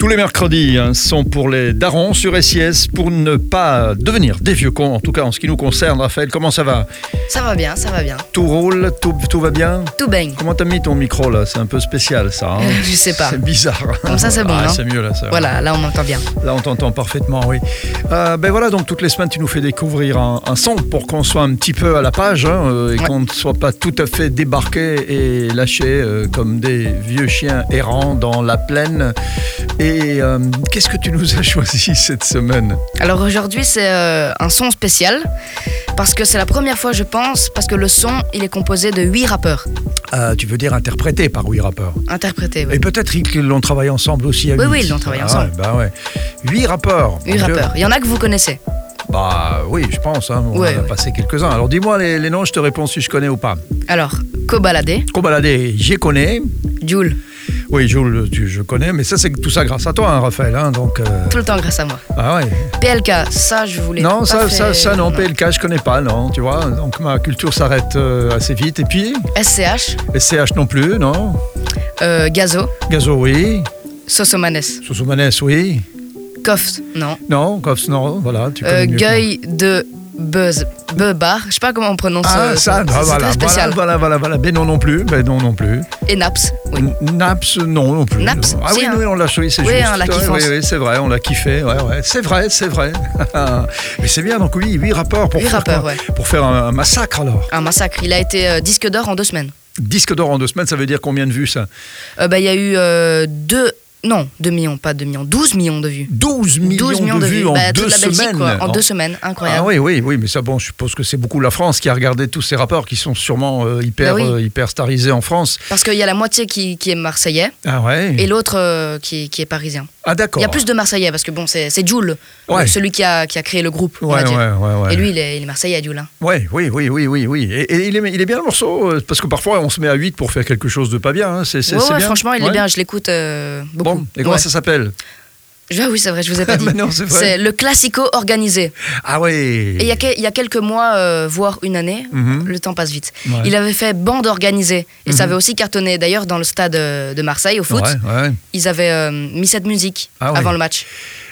Tous les mercredis hein, sont pour les darons sur SIS pour ne pas devenir des vieux cons, en tout cas en ce qui nous concerne. Raphaël, comment ça va Ça va bien, ça va bien. Tout roule tout, tout va bien Tout baigne. Comment t'as mis ton micro là C'est un peu spécial ça. hein Je sais pas. C'est bizarre. Comme ça, c'est bon, Ah, non C'est mieux là. ça. Voilà, là on m'entend bien. Là, on t'entend parfaitement, oui. Euh, ben voilà, donc toutes les semaines, tu nous fais découvrir un, un son pour qu'on soit un petit peu à la page hein, euh, et Ouais. qu'on ne soit pas tout à fait débarqué et lâché euh, comme des vieux chiens errants dans la plaine. Et euh, qu'est-ce que tu nous as choisi cette semaine Alors aujourd'hui c'est euh, un son spécial parce que c'est la première fois je pense parce que le son il est composé de 8 rappeurs Euh, Tu veux dire interprété par Oui Rappeur interprétés. oui. Et peut-être qu'ils l'ont travaillé ensemble aussi à Oui, huit. oui, ils l'ont travaillé Ah, ensemble. bah ouais. Huit rappeurs. Huit Mon Dieu. rappeurs. Il y en a que vous connaissez. Bah oui, je pense. hein, on Ouais, en a ouais. passé quelques-uns. Alors dis-moi les, les noms, je te réponds si je connais ou pas. Alors, Kobalade, Cobaladé, j'y connais. Jules, Oui, Jules, tu- je connais, mais ça, c'est tout ça grâce à toi, hein, Raphaël. hein, donc, euh, tout le temps grâce à moi. ah ouais. PLK, ça je voulais Non, pas ça, ça, fait- ça, non, PLK, je connais pas, non, tu vois. Donc, ma culture s'arrête euh, assez vite. Et puis, SCH, SCH non plus, non. euh, Gazo, Gazo, oui. Sosomanes, Sousoumanes, oui. Koft, non, Non, Kofs, non, voilà, tu connais. euh, mieux. Gueil de Buzz, Beubar, je sais pas comment on prononce Ah, euh, ça, c'est ah, voilà, très spécial. voilà, voilà, voilà, voilà. Ben non, non plus, ben non, non plus. Et Naps, oui. N- Naps, non, non plus. Naps, Ah si, oui, hein. oui, on l'a choisi, c'est Oui, juste. on l'a Ouais, kiffé. oui, oui, c'est vrai, on l'a kiffé. Ouais, ouais. C'est vrai, c'est vrai. Mais c'est bien, donc oui, 8 rapports pour Huit faire, rappeurs, quoi ouais. pour faire un, un massacre alors. Un massacre. Il a été euh, disque d'or en deux semaines. Disque d'or en deux semaines, ça veut dire combien de vues ça Euh, bah, Il y a eu euh, deux. Non, 2 millions, pas 2 millions, 12 millions de vues. 12 millions, 12 millions de, vues, en Bah, toute deux la Belgique, semaines. quoi, en Oh. deux semaines, Ah incroyable. oui, oui, oui, mais ça, bon, je suppose que c'est beaucoup la France qui a regardé tous ces rappeurs qui sont sûrement euh, hyper, Bah oui. euh, hyper starisés en France. Parce qu'il y a la moitié qui, qui est marseillais Ah ouais. et l'autre euh, qui, qui est parisien. Ah d'accord. Il y a plus de marseillais parce que bon, c'est c'est Jules, Ouais. euh, celui qui a, qui a créé le groupe. on Ouais, va dire. ouais, ouais, ouais. Et lui, il est, il est marseillais, Jules. hein. Ouais, oui, oui, oui, oui, oui. Et, et il, est, il est bien le morceau, euh, parce que parfois on se met à 8 pour faire quelque chose de pas bien. hein. C'est, c'est- Ouais, c'est ouais, bien. franchement, il Ouais. est bien, je l'écoute euh, beaucoup. Bon, et comment Ouais. ça s'appelle Je- ah oui, c'est vrai, je vous ai pas dit. Mais non, c'est vrai. c'est le classico organisé. Ah ouais. Et il y, a que- il y a quelques mois, euh, voire une année, Mhm. le temps passe vite. Ouais. Mhm. Il avait fait bande organisée et ça avait aussi cartonné. D'ailleurs, dans le stade euh, de Marseille, au foot, Ouais, ouais. ils avaient euh, mis cette musique Ah oui. avant le match.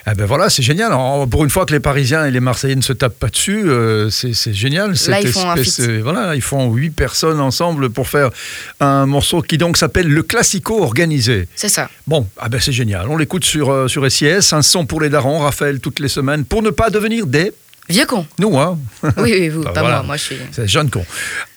Eh ben voilà, c'est génial. En- Pour une fois que les Parisiens et les Marseillais ne se tapent pas dessus, euh, c'est c'est génial. Là, ils font un feat. euh, voilà, ils font huit personnes ensemble pour faire un morceau qui donc s'appelle le Classico organisé. C'est ça. Bon, ah ben c'est génial. On l'écoute sur euh, sur SIS, un son pour les darons, Raphaël toutes les semaines pour ne pas devenir des Vieux con. nous hein. Oui, oui, vous, Bah, pas voilà. moi. Moi, je suis. C'est jeune con.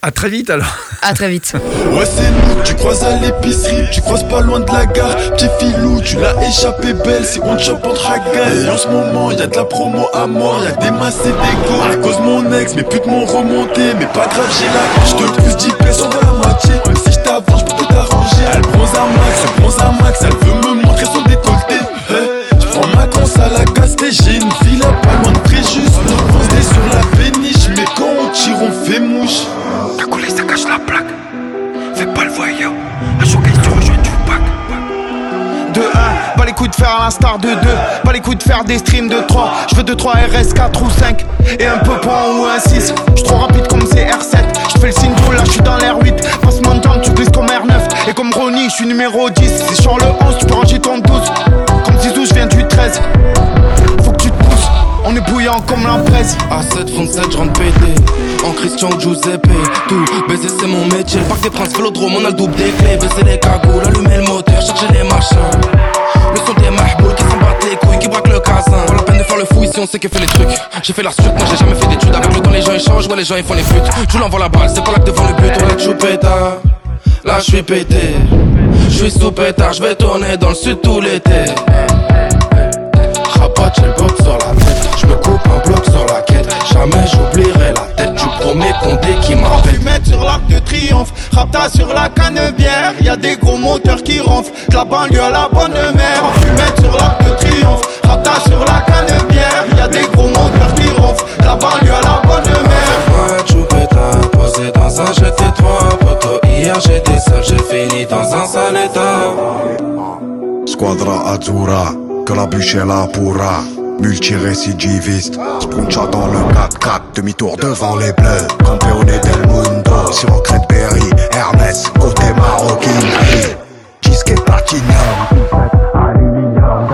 À très vite alors. À très vite. Ouais c'est nous, tu croises à l'épicerie, tu croises pas loin de la gare Petit filou, tu l'as échappé belle, c'est on te chope en tragaille Et en ce moment, y'a de la promo à mort, y'a des masses et des gosses À cause mon ex, mes putes m'ont remonté, mais pas grave j'ai la gorge J'te pousse 10 pesos dans la moitié, même si j't'avance, j'peux tout arranger Elle bronze à max, elle bronze à max, elle veut me montrer son décolleté Hey, J'prends ma conce à la casquée, j'ai une villa pas loin de Fréjus Posté sur la péniche, mais quand on tire on fait mouche Ta coulée, ça cache la plaque. Fais pas le voyeur. Un showcase, tu rejoins du pack. de 1 Pas les coups de fer à l'instar de 2 Pas les coups de fer des streams de 3 Je veux 2, 3 RS, 4 ou 5 Et un peu point ou un 6 Je trop rapide comme CR7 Je fais le signe de roule, là je suis dans l'air 8 Passe mon temps, tu glisses comme R9 Et comme Ronnie, je suis numéro 10 C'est sur le 11, tu peux ranger ton 12 Comme Zizou, je viens du 13 Faut que tu te pousses on est bouillant comme la presse À 737 je rentre pété En Christian Giuseppe Tout baiser c'est mon métier Le parc des princes, vélodrome, on a le double des clés Baiser les cagoules, allumer le moteur, chercher les machins Le son des mahbouls qui s'en battent les couilles, qui braquent le casin Pas la peine de faire le fou ici, on sait qui fait les trucs J'ai fait la suite, moi j'ai jamais fait d'études Avec le temps les gens ils changent, ouais les gens ils font les putes Tu l'envoies la balle, c'est pas là que devant le but On la choupeta, là je suis pété Je suis sous pétard, je vais tourner dans le sud tout l'été Rabat, j'ai le bloc sur la tête. Je me coupe un bloc sur la quête. Jamais j'oublierai la tête du premier condé qui m'a fait. Fumette sur l'arc de triomphe, Rapta sur la canebière, y a des gros moteurs qui ronflent, de la banlieue à la bonne mère. Fumette sur l'arc de triomphe, Rapta sur la canebière, y a des gros moteurs qui ronflent, de la banlieue à la bonne mère. Moi, Choupeta, posé dans un j'étais trois poteaux. Hier j'étais seul, j'ai fini dans un sale état. Squadra Azzurra, que la bûche est là pourra. Multirécidiviste, Spuncha dans le 4-4, demi-tour devant les bleus. Campeone del mundo, sur Crête Berry, Hermès, côté marocain. Disque et platinium. Aluminium,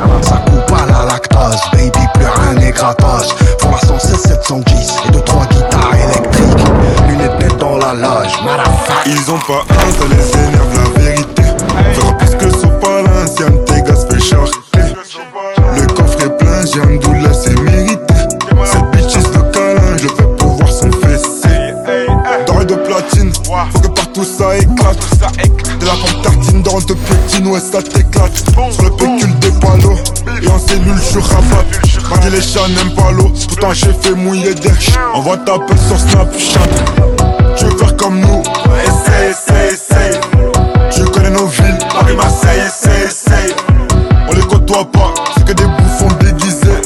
rattache Pour la 116 710 et de trois guitares électriques Lunettes tête dans la loge, marafac Ils ont pas un, ça les énerve la vérité. Fera plus que son palancian, tes gars se fait charcuter. Le coffre est plein, j'ai un doula, c'est mérité. Cette bitch is le câlin, je le fais pour voir son fessé. D'or et de platine, faut que partout ça éclate. De la pompe tartine, dans de platine, ouais ça t'éclate. Sur le pécule des palos, et en cellule je rabat. Mardi les chats n'aiment pas l'eau, pourtant j'ai fait mouiller des. Envoie ta pelle sur Snapchat. Tu veux faire comme nous Essaye, essaye, essaye Tu connais nos villes Paris, Marseille, essaye, essaye On les côtoie pas C'est que des bouffons déguisés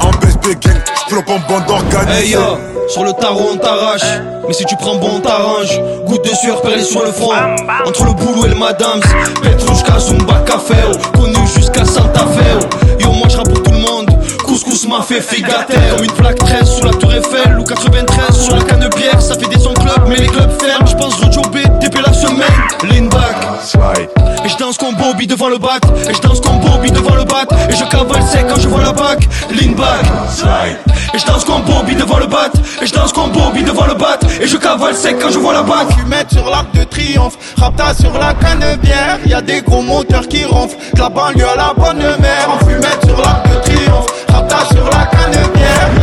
En BSP gang J'floppe en bande organisée Hey yo, sur le tarot on t'arrache Mais si tu prends bon on t'arrange Goutte de sueur perlée sur le front Entre le boulot et le madame Petrushka, Zumba, Caféo Connu jusqu'à Santa Feo Yo moi je rappe pour tout le monde Couscous m'a fait figatelle Comme une plaque 13 sous la tour Eiffel Ou 93 sur la canne de bière Ça fait des sons club mais les clubs ferment Je pense rejobber, TP la semaine Lindac et je danse comme Bobby devant le bat Et je danse comme Bobby devant le bat Et je cavale sec quand je vois la bac Lean back Et je danse comme Bobby devant le bat Et je danse comme Bobby devant le bat Et je cavale sec quand je vois la bac Fumette sur l'arc de triomphe, rapta sur la canebière. Y a des gros moteurs qui ronflent, de la banlieue à la bonne mère. En fumette sur l'arc de triomphe, rapta sur la canebière.